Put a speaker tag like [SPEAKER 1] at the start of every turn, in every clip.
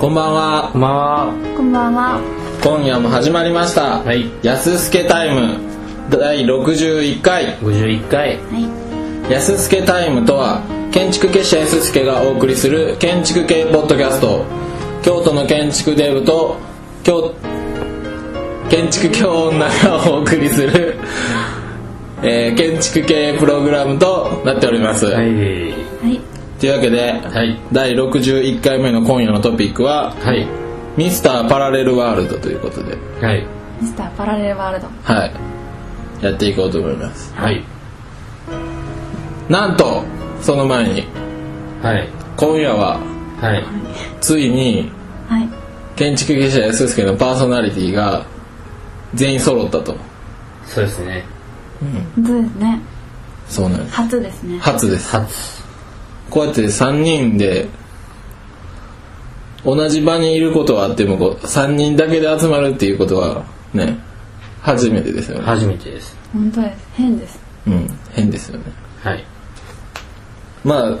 [SPEAKER 1] こんばんは
[SPEAKER 2] こんばんは。
[SPEAKER 3] こんばんは。
[SPEAKER 1] 今夜も始まりました、
[SPEAKER 2] はい
[SPEAKER 1] やすすけタイム第61回
[SPEAKER 2] 51回。
[SPEAKER 3] はい。
[SPEAKER 1] やすすけタイムとは建築結社やすすけがお送りする建築系ポッドキャスト京都の建築デブと京建築教女がお送りする、えー建築系プログラムとなっております、
[SPEAKER 2] い。
[SPEAKER 3] はい。
[SPEAKER 1] というわけで、
[SPEAKER 2] はい
[SPEAKER 1] 第61回目の今夜のトピックは
[SPEAKER 2] はい。
[SPEAKER 1] 「ミスターパラレルワールド」ということで
[SPEAKER 2] はい。
[SPEAKER 3] ミスターパラレルワールド。
[SPEAKER 1] はいやっていこうと思います
[SPEAKER 2] はい。
[SPEAKER 1] なんとその前に
[SPEAKER 2] はい。
[SPEAKER 1] 今夜は
[SPEAKER 2] はい。
[SPEAKER 1] ついに
[SPEAKER 3] はい。
[SPEAKER 1] 建築技師やすすけのパーソナリティが全員揃ったと
[SPEAKER 2] そうですね。
[SPEAKER 3] そうですね。
[SPEAKER 1] そうなんです
[SPEAKER 3] 初ですね。
[SPEAKER 1] 初です
[SPEAKER 2] 初。
[SPEAKER 1] こうやって3人で同じ場にいることはあってもこう3人だけで集まるっていうことはね初めてですよね
[SPEAKER 2] 初めてです。
[SPEAKER 3] 本当です。変です。
[SPEAKER 1] うん変ですよね
[SPEAKER 2] はい。
[SPEAKER 1] まあ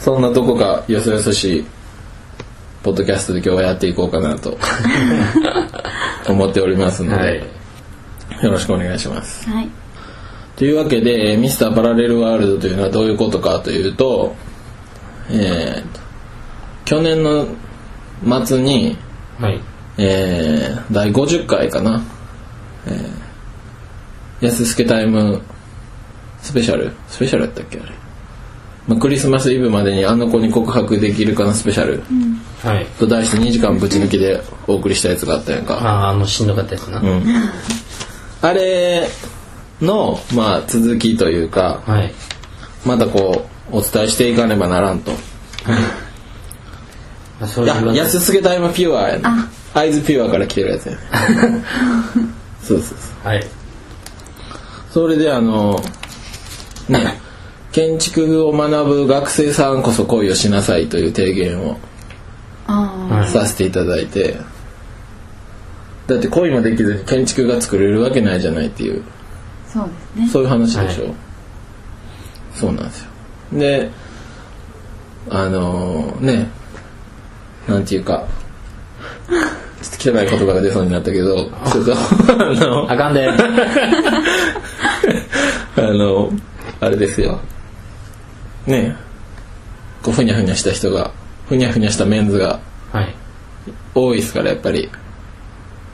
[SPEAKER 1] そんなとこかよそよそしいポッドキャストで今日はやっていこうかな と思っておりますので、
[SPEAKER 2] はい。
[SPEAKER 1] よろしくお願いします
[SPEAKER 3] はい。
[SPEAKER 1] というわけで、えーミスターパラレルワールドというのはどういうことかというと、えー去年の末に、
[SPEAKER 2] はい。
[SPEAKER 1] えー第50回かな、えー、安助タイムスペシャルスペシャルやったっけあれ、まあ、クリスマスイブまでにあの子に告白できるかなスペシャル
[SPEAKER 2] はい。
[SPEAKER 1] と題して2時間ぶち抜きでお送りしたやつがあったやんか。
[SPEAKER 2] ああ、もうしんどかったですな。
[SPEAKER 1] うん。あれの、まあ、続きというか、
[SPEAKER 2] はい。
[SPEAKER 1] まだこうお伝えしていかねばならんと
[SPEAKER 2] まあ、そ
[SPEAKER 1] い
[SPEAKER 2] うい
[SPEAKER 1] や
[SPEAKER 2] うわけ
[SPEAKER 1] 安すぎタイムピュアやね
[SPEAKER 3] あ
[SPEAKER 1] 会津ピュアから来てるやつやねそうそうそう
[SPEAKER 2] はい。
[SPEAKER 1] それであのね建築を学ぶ学生さんこそ恋をしなさいという提言を
[SPEAKER 3] あ
[SPEAKER 2] はい。
[SPEAKER 1] させていただいてだって恋もできずに建築が作れるわけないじゃないっていう
[SPEAKER 3] あ、そうですね。
[SPEAKER 1] そういう話でしょ、そうなんですよであのーねなんていうかちょっと汚い言葉が出そうになったけどちょっと あの
[SPEAKER 2] あかんで。
[SPEAKER 1] あのあれですよねこうふにゃふにゃした人がふにゃふにゃしたメンズが
[SPEAKER 2] はい。
[SPEAKER 1] 多いですからやっぱり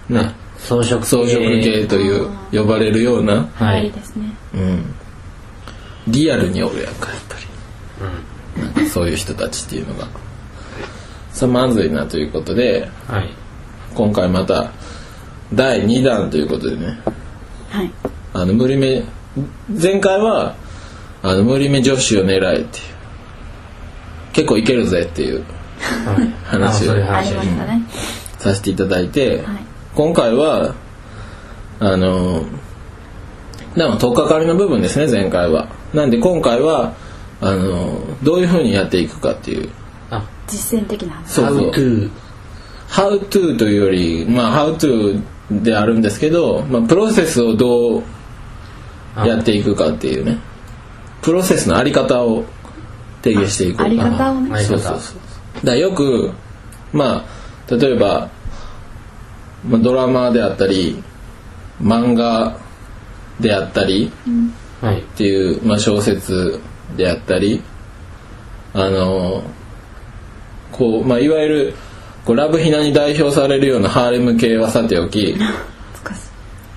[SPEAKER 1] ね
[SPEAKER 2] 装飾系。
[SPEAKER 1] 装飾系という呼ばれるような
[SPEAKER 2] は
[SPEAKER 3] はいい。。ですね。
[SPEAKER 1] うんリアルにおるやんかやっぱりそういう人たちっていうのが。さあ、まずいなということで、
[SPEAKER 2] はい。
[SPEAKER 1] 今回また、第2弾ということでね、
[SPEAKER 3] はい。
[SPEAKER 1] あの、無理め、前回は、あの、無理め女子を狙えっていう、結構いけるぜっていう、
[SPEAKER 2] はい。
[SPEAKER 1] 話
[SPEAKER 2] あそういう
[SPEAKER 3] あ
[SPEAKER 2] 話
[SPEAKER 3] り
[SPEAKER 2] を
[SPEAKER 3] ましたね。
[SPEAKER 1] させていただいて、
[SPEAKER 3] はい。
[SPEAKER 1] 今回は、あの、でも、とっかかりの部分ですね、前回は。なんで、今回は、あの、どういうふうにやっていくかっていう、
[SPEAKER 2] あ、
[SPEAKER 3] 実践的な話。
[SPEAKER 1] そうそう
[SPEAKER 2] How to。
[SPEAKER 1] How to というより、まあ、How to であるんですけど、まあ、プロセスをどう
[SPEAKER 2] あ
[SPEAKER 1] やっていくかっていうねプロセスのあり方を提言していこ
[SPEAKER 3] あ
[SPEAKER 1] う
[SPEAKER 3] り
[SPEAKER 1] かな
[SPEAKER 3] 方をね。
[SPEAKER 2] は
[SPEAKER 3] はい
[SPEAKER 2] い。
[SPEAKER 1] そうそうそうだからよく、まあ、例えば、まあ、ドラマであったり漫画であったり
[SPEAKER 2] はい。
[SPEAKER 1] っていう、まあ、小説であったりあのこう、まあ、いわゆるこうラブヒナに代表されるようなハーレム系はさておき
[SPEAKER 3] 懐かしい。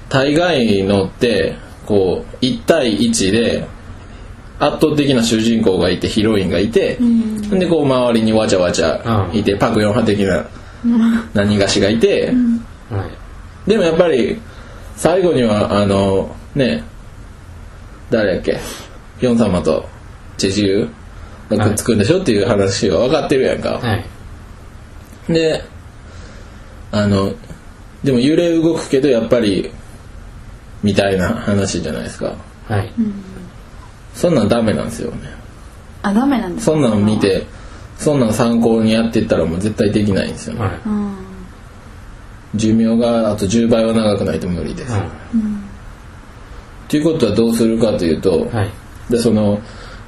[SPEAKER 1] 大概のってこう1対1で圧倒的な主人公がいてヒロインがいて、でこう周りにわちゃわちゃいて、パク・ヨンハ的な何がしがいて、
[SPEAKER 2] はい。
[SPEAKER 1] でもやっぱり最後にはあのね誰やっけヨン様とチェジュがくっつくんでしょっていう話は分かってるやんか、
[SPEAKER 2] はい。
[SPEAKER 1] であのでも揺れ動くけどやっぱりみたいな話じゃないですか
[SPEAKER 2] はい。
[SPEAKER 1] そんなんダメなんですよね
[SPEAKER 3] あ、ダメなんです
[SPEAKER 1] そんなん見。てそんなん参考にやってったらもう絶対できないんですよね
[SPEAKER 2] はい。
[SPEAKER 3] うん。
[SPEAKER 1] 寿命があと10倍は長くないと無理です、
[SPEAKER 2] は
[SPEAKER 1] ということはどうするかというと、
[SPEAKER 2] い。
[SPEAKER 1] でその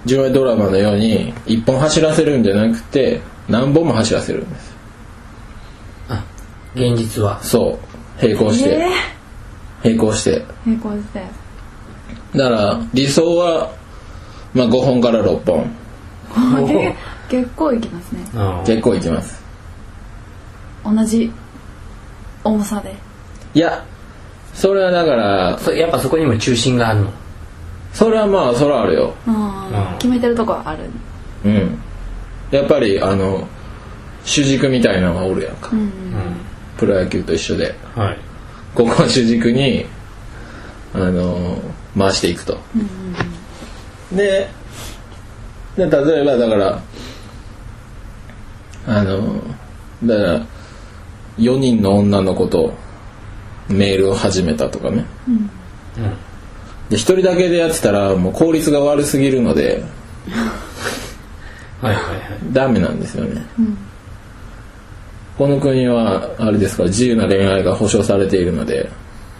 [SPEAKER 1] 純愛ドラマのように一本走らせるんじゃなくて何本も走らせるんです
[SPEAKER 2] 現実は
[SPEAKER 1] そう並行して、
[SPEAKER 3] え
[SPEAKER 1] 並行して
[SPEAKER 3] ー、並行して
[SPEAKER 1] だから理想は、まあ、5本から6本
[SPEAKER 3] あ結結構いきますね
[SPEAKER 2] あー
[SPEAKER 1] 結構いきます
[SPEAKER 3] 同じ重さで
[SPEAKER 1] いやそれはだから
[SPEAKER 2] そやっぱそこにも中心があるの
[SPEAKER 1] それはまあそれはあるよ
[SPEAKER 3] あ
[SPEAKER 2] う
[SPEAKER 3] あ
[SPEAKER 2] ん
[SPEAKER 3] 決めてるとこはある
[SPEAKER 1] うんやっぱりあの主軸みたいなのがおるやんか、
[SPEAKER 3] うん
[SPEAKER 1] プロ野球と一緒で
[SPEAKER 2] はい
[SPEAKER 1] ここを主軸にあの回していくと、でで例えばだからあのだから4人の女の子とメールを始めたとかね、で1人だけでやってたらもう効率が悪すぎるので
[SPEAKER 2] はいはいはい
[SPEAKER 1] ダメなんですよね、
[SPEAKER 3] うん
[SPEAKER 1] この国はあれですから自由な恋愛が保障されているので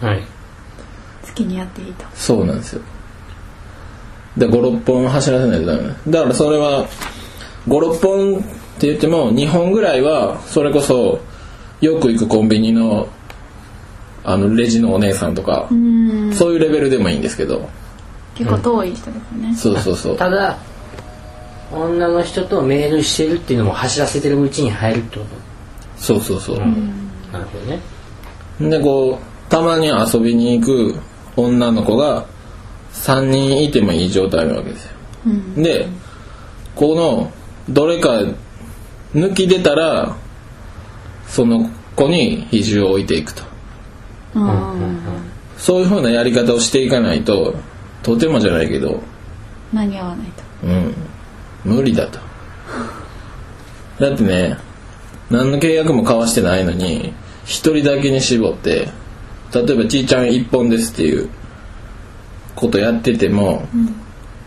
[SPEAKER 2] はい
[SPEAKER 3] 好きにやっていいと
[SPEAKER 1] そうなんですよで56本走らせないとダメだからそれは56本って言っても2本ぐらいはそれこそよく行くコンビニのあのレジのお姉さんとか、
[SPEAKER 3] うん
[SPEAKER 1] そういうレベルでもいいんですけど
[SPEAKER 3] 結構遠い人ですね
[SPEAKER 1] そうそうそう
[SPEAKER 2] ただ女の人とメールしてるっていうのも走らせてるうちに入るってこ
[SPEAKER 1] そうそうそう、
[SPEAKER 2] と、なるほどね
[SPEAKER 1] でこうたまに遊びに行く女の子が3人いてもいい状態なわけですよ、
[SPEAKER 3] うん
[SPEAKER 1] でこのどれか抜き出たらその子に比重を置いていくと
[SPEAKER 3] うん
[SPEAKER 1] そういうふうなやり方をしていかないととてもじゃないけど、
[SPEAKER 3] 間に合わないと
[SPEAKER 1] うん、無理だとだってね何の契約も交わしてないのに一人だけに絞って例えば「ちいちゃん一本です」っていうことやってても、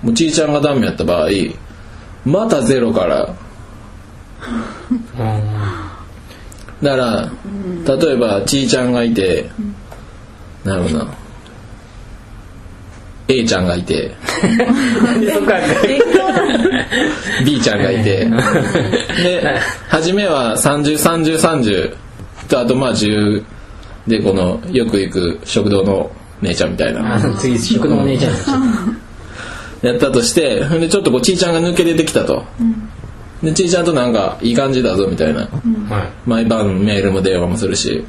[SPEAKER 1] もうちいちゃんがダメやった場合またゼロから
[SPEAKER 2] うん
[SPEAKER 1] だから、例えばちいちゃんがいて、なるほどな A ちゃんがいて B ちゃんがいてで初めは303030とあとまあ10でこのよく行く食堂の姉ちゃんみたいな
[SPEAKER 2] あの次食のお姉ちゃんになっちゃっ
[SPEAKER 1] やったとしてほんでちょっとこうちいちゃんが抜け出てきたと、でちいちゃんとなんかいい感じだぞみたいな、
[SPEAKER 2] たはい
[SPEAKER 1] 毎晩メールも電話もするし、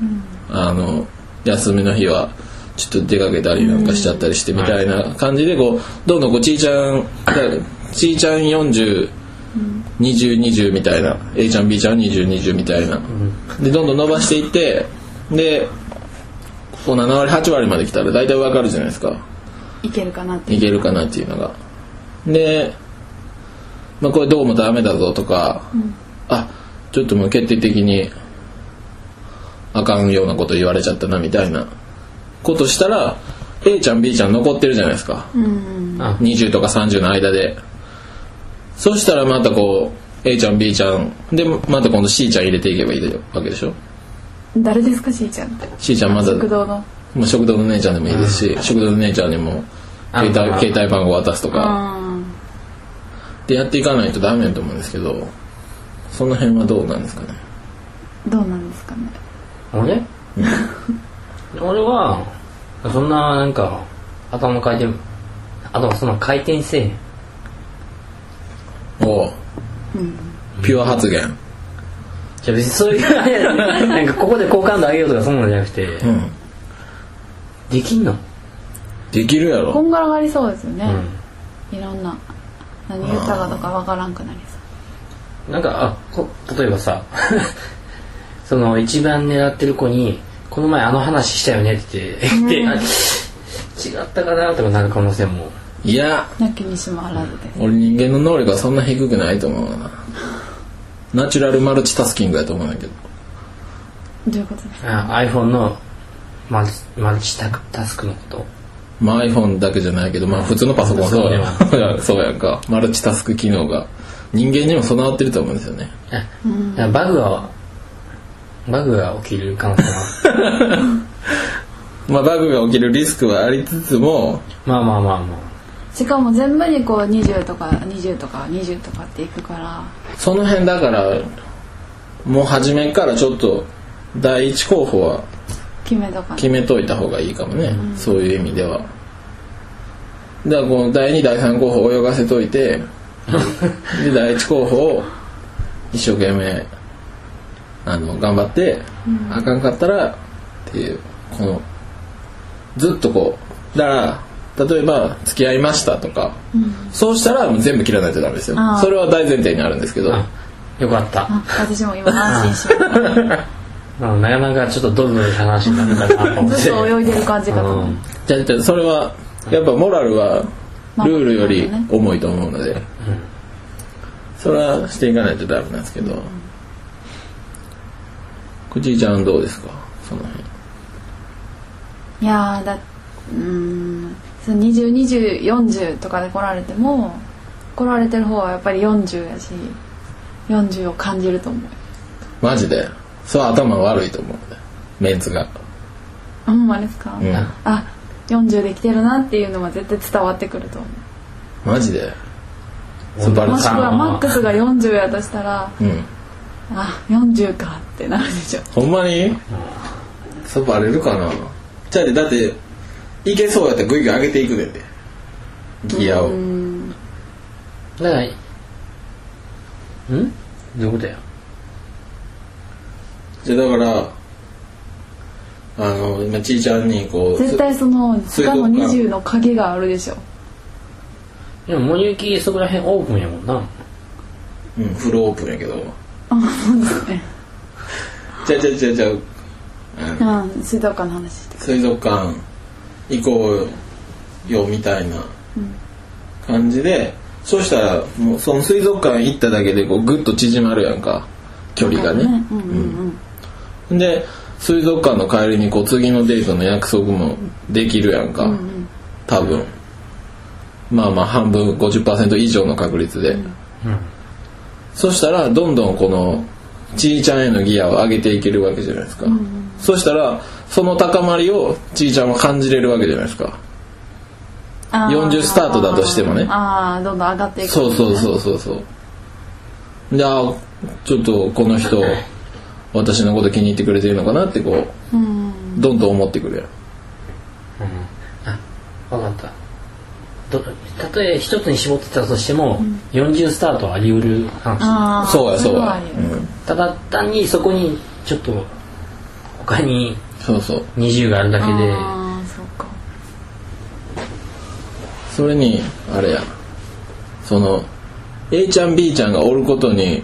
[SPEAKER 1] あの休みの日はちょっと出かけたりなんかしちゃったりしてみたいな感じでこうどんどんこうちいちゃんちいちゃん402020みたいな A ちゃん B ちゃん2020みたいなでどんどん伸ばしていってでこう7割8割まで来たら大体わかるじゃないですか
[SPEAKER 3] いけるかなって
[SPEAKER 1] いけるかなっていうのがで、まあ、これどうもダメだぞとか、あちょっともう決定的にあかんようなこと言われちゃったなみたいなことしたら A ちゃん B ちゃん残ってるじゃないですか
[SPEAKER 3] うん
[SPEAKER 2] あ
[SPEAKER 1] 20とか30の間でそしたらまたこう A ちゃん B ちゃんでまた今度 C ちゃん入れていけばいいわけでしょ
[SPEAKER 3] 誰ですかしーちゃんって
[SPEAKER 1] C ちゃんまだ
[SPEAKER 3] 食堂の
[SPEAKER 1] まあ食堂の姉ちゃんでもいいですし、食堂の姉ちゃんにも携帯
[SPEAKER 2] あ
[SPEAKER 1] 携帯番号渡すとか、
[SPEAKER 3] あ
[SPEAKER 1] でやっていかないとダメだと思うんですけどその辺はどうなんですかね
[SPEAKER 3] ーどうなんですかね
[SPEAKER 2] 俺俺はそんななんか頭回転頭そんな回転せえへん
[SPEAKER 1] おうピュア発言
[SPEAKER 2] じゃあ別にそういう あれやろなんかここで好感度上げようとかそんなのじゃなくて
[SPEAKER 1] うん
[SPEAKER 2] できんの
[SPEAKER 1] できるや
[SPEAKER 3] こ
[SPEAKER 1] ろ
[SPEAKER 3] んがらがりそうですよ
[SPEAKER 2] う
[SPEAKER 3] ね、
[SPEAKER 2] ん
[SPEAKER 3] いろんな何言ったかとかわからんくなりそう
[SPEAKER 2] なんかあこ例えばさ その一番狙ってる子に「この前あの話したよね」って 言ってあ違ったかなとかなる可能性も
[SPEAKER 1] いや
[SPEAKER 3] なきにしもあらずです
[SPEAKER 1] 俺人間の能力はそんな低くないと思うなナチュラルマルチタスキングやと思うんだけど
[SPEAKER 3] どういうことですか
[SPEAKER 2] あ iPhone のマルチマルチタタスクのこと
[SPEAKER 1] まあ iPhone だけじゃないけどまあ普通のパソコンそうや
[SPEAKER 2] そ
[SPEAKER 1] そうやんかマルチタスク機能が人間にも備わってると思うんですよね
[SPEAKER 2] あだからバグがバグが起きる可能性もある
[SPEAKER 1] まあバグが起きるリスクはありつつも
[SPEAKER 2] まあまあまあま
[SPEAKER 3] しかも全部にこう20とか20とか20とかっていくから
[SPEAKER 1] その辺だからもう初めからちょっと第一候補は
[SPEAKER 3] 決めとか
[SPEAKER 1] 決めといた方がいいかもね、そういう意味ではだからこの第2第3候補を泳がせといてで第1候補を一生懸命あの頑張って、あかんかったらっていうこのずっとこうだから例えば付き合いましたとか、そうしたらもう全部切らないとダメですよ
[SPEAKER 3] あー
[SPEAKER 1] それは大前提にあるんですけど
[SPEAKER 2] あよかった
[SPEAKER 3] あ私も今安心しま
[SPEAKER 2] あのなかなかちょっとドブの話になるか なと思って
[SPEAKER 3] すずっと泳いでる感じかと思う
[SPEAKER 2] うん
[SPEAKER 1] じゃあじゃあそれはやっぱモラルはルールより重いと思うので、それはしていかないとダメなんですけど、くじいちゃんどうですかその辺
[SPEAKER 3] いやーだうーんその202040とかで来られても来られてる方はやっぱり40やし40を感じると思う
[SPEAKER 1] マジでそれは頭悪いと思うんでメンツが
[SPEAKER 3] あほんまですか、
[SPEAKER 1] うん
[SPEAKER 3] あ40で来てるなっていうのは絶対伝わってくると思
[SPEAKER 1] マジでそうバ
[SPEAKER 3] う
[SPEAKER 1] レ
[SPEAKER 3] も
[SPEAKER 1] て
[SPEAKER 3] しく
[SPEAKER 1] た
[SPEAKER 3] はマックスが40やとしたら
[SPEAKER 1] うん
[SPEAKER 3] あ40かってなるでしょ
[SPEAKER 1] ほんまにそうバレるかなじゃあだっていけそうやったらグイグイ上げていくねんでギアを
[SPEAKER 3] うん
[SPEAKER 2] だからんどういうことや
[SPEAKER 1] じゃあだからあの今ちいちゃんにこう
[SPEAKER 3] 絶対その
[SPEAKER 1] 水
[SPEAKER 3] 他
[SPEAKER 1] 道
[SPEAKER 3] の
[SPEAKER 1] 管
[SPEAKER 3] 20の影があるでしょ
[SPEAKER 2] でもモニュキそこら辺オープンやもんな
[SPEAKER 1] うんフルオープンやけど
[SPEAKER 3] あそうですね
[SPEAKER 1] じゃあじゃあじゃあじゃああの
[SPEAKER 3] うん水道管の話して
[SPEAKER 1] 水族館行こうよみたいな感じでそうしたらもうその水族館行っただけでこうグッと縮まるやんか距離がね
[SPEAKER 3] うんうんうん
[SPEAKER 1] で水族館の帰りにこう次のデートの約束もできるやんか、
[SPEAKER 3] うんうん
[SPEAKER 1] 多分まあまあ半分50%以上の確率で、そしたらどんどんこのちいちゃんへのギアを上げていけるわけじゃないですか、そしたらその高まりをちいちゃんは感じれるわけじゃないですか
[SPEAKER 3] あー
[SPEAKER 1] 40スタートだとしてもね
[SPEAKER 3] ああどんどん上がっていく
[SPEAKER 1] そうそう
[SPEAKER 3] う
[SPEAKER 1] そうそうそうであーちょっとこの人私のこと気に入ってくれてるのかなってこう
[SPEAKER 3] うん
[SPEAKER 1] どんどん思ってくるやん
[SPEAKER 2] あ分かったどたとえ一つに絞ってたとしても、40スタートはあり得る話
[SPEAKER 3] ああ
[SPEAKER 1] そうやそうや、
[SPEAKER 3] れはあり
[SPEAKER 1] うん、
[SPEAKER 2] ただ単にそこにちょっと他に
[SPEAKER 1] そうそう
[SPEAKER 2] 20があるだけで
[SPEAKER 3] ああそうか
[SPEAKER 1] それにあれやその A ちゃん B ちゃんがおることに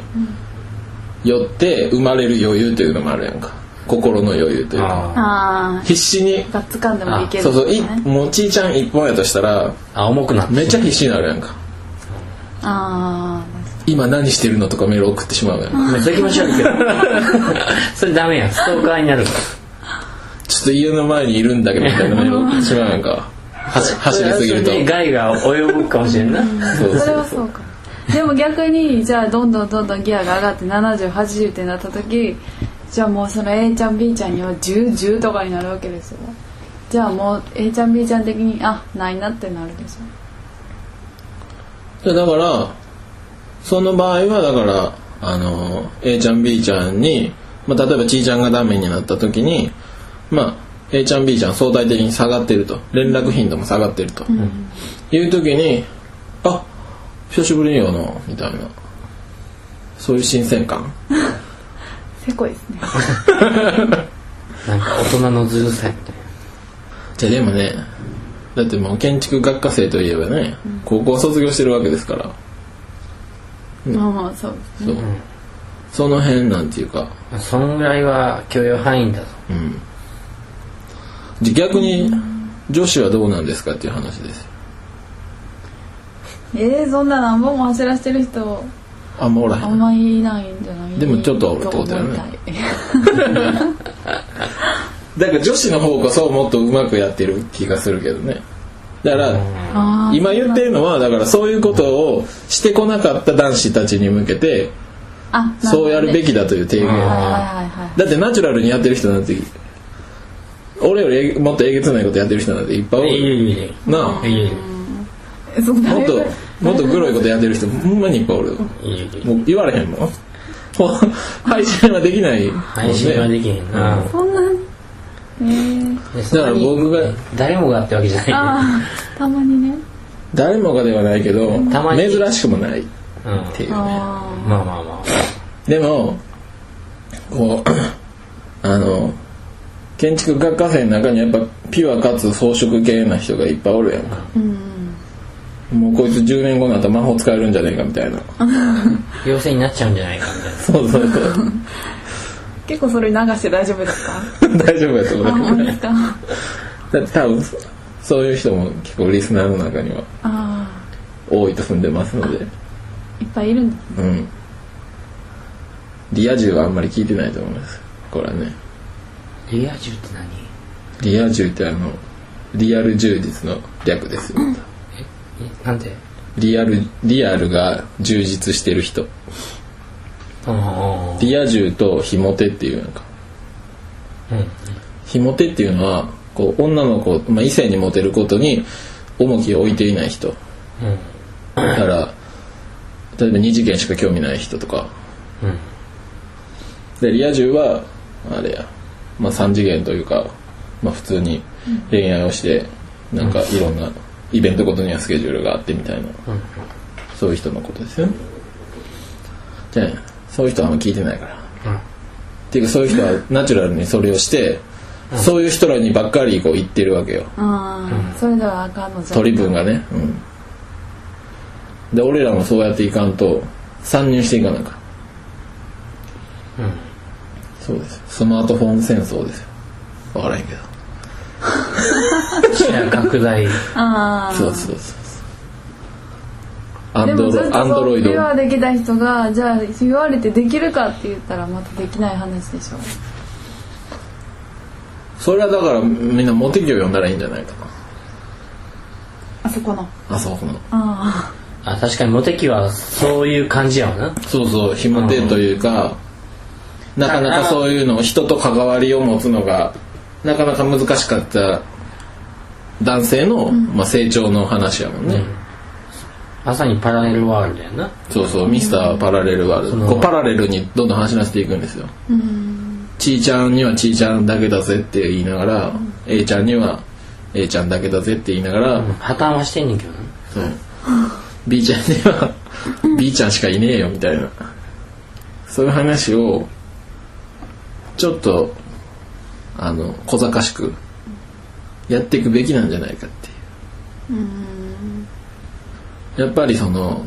[SPEAKER 1] よって生まれる余裕というのもあるやんか心の余裕というか
[SPEAKER 2] あ
[SPEAKER 3] あ
[SPEAKER 1] 必死に
[SPEAKER 3] あが掴んでもいける
[SPEAKER 1] そうそうい
[SPEAKER 3] ね
[SPEAKER 1] もうちいちゃん一本やとしたら
[SPEAKER 2] あ重くなって
[SPEAKER 1] めっちゃ必死になるやんか
[SPEAKER 3] あ
[SPEAKER 1] 今何してるのとかメール送ってしまうやんか
[SPEAKER 2] まあそれ気持ち悪い けどそれダメやんストーカーになるか
[SPEAKER 1] ちょっと家の前にいるんだけどみたいなメール送ってしまうやんか 走
[SPEAKER 2] ら
[SPEAKER 1] 走りすぎると
[SPEAKER 2] それで害が及ぶかもしれんな
[SPEAKER 1] そう
[SPEAKER 3] あそれ
[SPEAKER 1] そ
[SPEAKER 3] は
[SPEAKER 1] うそう
[SPEAKER 3] そうかでも逆にじゃあどんどんどんどんギアが上がって7080ってなった時じゃあもうその A ちゃん B ちゃんには1010とかになるわけですよじゃあもう A ちゃん B ちゃん的にあないなってなるでし
[SPEAKER 1] でだからその場合はだからあの A ちゃん B ちゃんに、まあ、例えば C ちゃんがダメになった時に、まあ、A ちゃん B ちゃん相対的に下がってると連絡頻度も下がってると、いう時に「あ久しぶりよな」みたいなそういう新鮮感
[SPEAKER 3] ょせこいですね
[SPEAKER 2] なんか大人のずるさみたい
[SPEAKER 1] じゃあでもねだってもう建築学科生といえばね高校卒業してるわけですから
[SPEAKER 3] まあまあそうです
[SPEAKER 1] そう、その辺なんていうか
[SPEAKER 2] なそのぐらいは許容範囲だと
[SPEAKER 1] うん、で逆に女子はどうなんですかっていう話ですよ
[SPEAKER 3] えー、そんな何本も走らせてる人
[SPEAKER 1] あんまおらへ
[SPEAKER 3] あん
[SPEAKER 1] ん
[SPEAKER 3] まりいないんじゃない
[SPEAKER 1] でもちょっとあるってことやね
[SPEAKER 3] 思いたい
[SPEAKER 1] だから女子の方こそもっとうまくやってる気がするけどねだから
[SPEAKER 3] あー
[SPEAKER 1] 今言ってるのはだからそういうことをしてこなかった男子たちに向けて
[SPEAKER 3] あな
[SPEAKER 1] そうやるべ
[SPEAKER 3] き
[SPEAKER 1] きだという提言
[SPEAKER 2] うん
[SPEAKER 3] はいはいはい
[SPEAKER 1] だってナチュラルにやってる人なんて俺よりえげもっとえげつないことやってる人なんていっぱいお
[SPEAKER 2] い
[SPEAKER 1] る
[SPEAKER 2] いいいいい
[SPEAKER 1] なあ
[SPEAKER 2] いいい
[SPEAKER 3] えそんな
[SPEAKER 1] もっともっとグロいことやってる人ほんまにいっぱいおる
[SPEAKER 2] いいいい
[SPEAKER 1] もう言われへんもんほ配信はできないもんね
[SPEAKER 2] 配信はできへんな、
[SPEAKER 3] そんなえー、
[SPEAKER 2] でそんなに
[SPEAKER 1] 僕が
[SPEAKER 2] 誰もがってわけじゃな
[SPEAKER 3] ああたまにね
[SPEAKER 1] 誰もがではないけど
[SPEAKER 2] たまに
[SPEAKER 1] 珍しくもないっ
[SPEAKER 2] い、うん、
[SPEAKER 1] ていうね
[SPEAKER 3] ああ
[SPEAKER 2] まあまあま
[SPEAKER 1] でもこう あの建築学科生の中にやっぱピュアかつ装飾系な人がいっぱいおるやんか
[SPEAKER 3] うん
[SPEAKER 1] もうこいつ10年後になったら魔法使えるんじゃねえかみたいな
[SPEAKER 2] あ妖精になっちゃうんじゃないかみたいな
[SPEAKER 1] そうそうそう
[SPEAKER 3] 結構それ流して大丈夫ですか
[SPEAKER 1] 大丈夫やと
[SPEAKER 3] あ
[SPEAKER 1] 思う
[SPEAKER 3] 本当ですか
[SPEAKER 1] だって多分そういう人も結構リスナーの中には
[SPEAKER 3] あ
[SPEAKER 1] 多いと住んでますので
[SPEAKER 3] あいっぱいいるんだ
[SPEAKER 1] うんリア充はあんまり聞いてないと思いますこれはね
[SPEAKER 2] リア充って何
[SPEAKER 1] リア充ってあのリアル充実の略ですよ
[SPEAKER 2] えなんて
[SPEAKER 1] リアルリアルが充実してる人
[SPEAKER 2] ああ
[SPEAKER 1] リア充とひもてっていうのか
[SPEAKER 2] うん
[SPEAKER 1] ひもてっていうのはこう女の子、まあ、異性にモテることに重きを置いていない人
[SPEAKER 2] うん
[SPEAKER 1] だから例えば二次元しか興味ない人とか
[SPEAKER 2] うん
[SPEAKER 1] でリア充はあれや、まあ、3次元というか、まあ、普通に恋愛をしてなんかいろんなイベントごとにはスケジュールがあってみたいな
[SPEAKER 2] うん
[SPEAKER 1] そういう人のことですよねじゃあそういう人はあんま聞いてないから
[SPEAKER 2] うん
[SPEAKER 1] っていうかそういう人はナチュラルにそれをして、そういう人らにばっかりこう言ってるわけよ
[SPEAKER 3] ああ、それではあかんのじゃん
[SPEAKER 1] 取り分がね、うん、で俺らもそうやっていかんと参入していかなあかん
[SPEAKER 2] うん
[SPEAKER 1] そうですスマートフォン戦争ですよ分からへんけど
[SPEAKER 2] 視野拡大
[SPEAKER 3] ああ
[SPEAKER 1] そうそうそうそうア
[SPEAKER 3] で
[SPEAKER 1] ン
[SPEAKER 3] も
[SPEAKER 1] ド
[SPEAKER 3] ずっ
[SPEAKER 1] ロアンド
[SPEAKER 3] と
[SPEAKER 1] ロイ
[SPEAKER 3] そ
[SPEAKER 1] ド
[SPEAKER 3] れはできた人がじゃあ言われてできるかって言ったらまたできない話でしょ
[SPEAKER 1] それはだからみんなモテ業呼んだらいいんじゃないか
[SPEAKER 3] あそこの
[SPEAKER 1] なあそうこの
[SPEAKER 3] あ
[SPEAKER 2] あ確かにモテ期はそういう感じやわな
[SPEAKER 1] そうそうひもてというか、なかなかそういうの人と関わりを持つのがなかなか難しかった男性の、まあ、成長の話やもんね、
[SPEAKER 2] まさにパラレルワールドやな
[SPEAKER 1] そうそうミスターパラレルワール
[SPEAKER 2] そ
[SPEAKER 1] ド
[SPEAKER 2] の
[SPEAKER 1] こうパラレルにどんどん走らせていくんですよ
[SPEAKER 3] あうん
[SPEAKER 1] ちーちゃんにはちーちゃんだけだぜって言いながら、A ちゃんには A ちゃんだけだぜって言いながら、
[SPEAKER 2] うん破綻はしてんねんけどな
[SPEAKER 1] そう B ちゃんには B ちゃんしかいねえよみたいなそういう話をちょっとあの小賢しくやっていくべきなんじゃないかっていうやっぱりその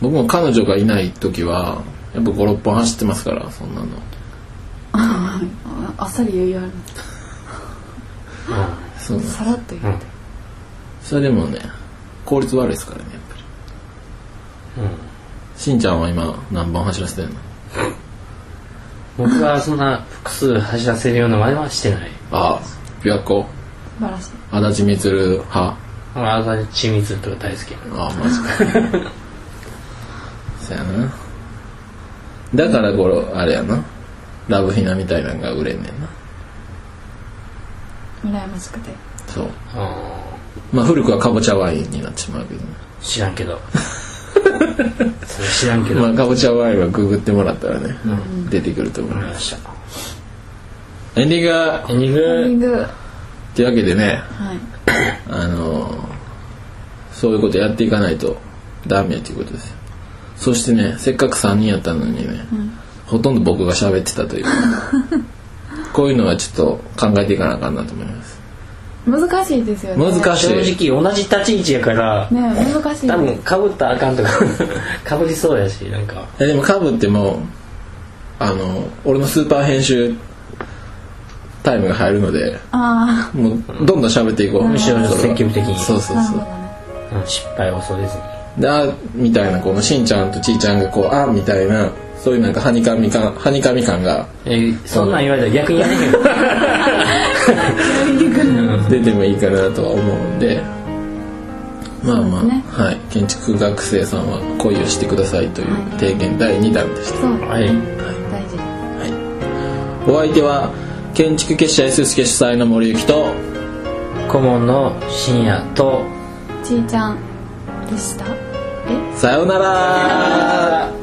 [SPEAKER 1] 僕も彼女がいない時はやっぱ56本走ってますからそんなの
[SPEAKER 3] ああっさり余裕ある
[SPEAKER 1] そう
[SPEAKER 3] さらっと言う
[SPEAKER 1] それでもね効率悪いですからねやっぱりしんちゃんは今何本走らせてんの
[SPEAKER 2] 僕はそんな複数走らせるような真似はしてない
[SPEAKER 1] ああ琵琶湖
[SPEAKER 3] バラしい
[SPEAKER 1] 足立みつる派
[SPEAKER 2] あざちみつとか大好きや
[SPEAKER 1] ああマジか そやなだからこれあれやなラブヒナみたいなんが売れんねんな
[SPEAKER 3] 羨ましくて
[SPEAKER 1] そう
[SPEAKER 2] なうん
[SPEAKER 1] まあ古くはかぼちゃワインになってしまうけど、ね、
[SPEAKER 2] 知らんけど それ知らんけど
[SPEAKER 1] まあかぼちゃワインはググってもらったらね、出てくると思い
[SPEAKER 2] わかり
[SPEAKER 1] ま、
[SPEAKER 2] ますした
[SPEAKER 1] エンディング
[SPEAKER 2] エンディン
[SPEAKER 3] エンデ
[SPEAKER 2] グ
[SPEAKER 3] ィング
[SPEAKER 1] っ
[SPEAKER 3] は
[SPEAKER 1] てわけでね
[SPEAKER 3] い
[SPEAKER 1] あのーそういうことやっていかないとダメっていうことですよそしてねせっかく3人やったのにね、ほとんど僕が喋ってたというこういうのはちょっと考えていかなあかんなと思います
[SPEAKER 3] 難しいですよね
[SPEAKER 1] 難しい
[SPEAKER 2] 正直同じ立ち位置やから
[SPEAKER 3] ね難しい
[SPEAKER 2] 多分かぶったらあかんとかか ぶりそうやしなんか
[SPEAKER 1] えでもかぶってもあの俺のスーパー編集タイムが入るので
[SPEAKER 3] あ
[SPEAKER 1] もうどんどん喋っていこう
[SPEAKER 2] むしろ
[SPEAKER 1] それは
[SPEAKER 2] 積極的に
[SPEAKER 1] そうそう
[SPEAKER 3] あなる
[SPEAKER 1] そ
[SPEAKER 3] ほ
[SPEAKER 1] う
[SPEAKER 3] どね
[SPEAKER 2] うん失敗を恐れずに
[SPEAKER 1] であーみたいなこのしんちゃんとちーちゃんがこうあーみたいなそういうなんかはにかみ感はにかみ感が
[SPEAKER 2] えーそんなん言われたら逆にやれへんよ
[SPEAKER 1] 出てもいいかなとは思うんでまあまあ、
[SPEAKER 3] そうですね
[SPEAKER 1] はい、建築学生さんは恋をしてくださいという提言第2弾でし
[SPEAKER 3] そうです
[SPEAKER 2] はい
[SPEAKER 3] ね大事
[SPEAKER 1] た、はい、お相手は建築結社 S 助主催の森幸と
[SPEAKER 2] 顧問の深夜と
[SPEAKER 3] ちーちゃんでしたえ
[SPEAKER 1] さようなら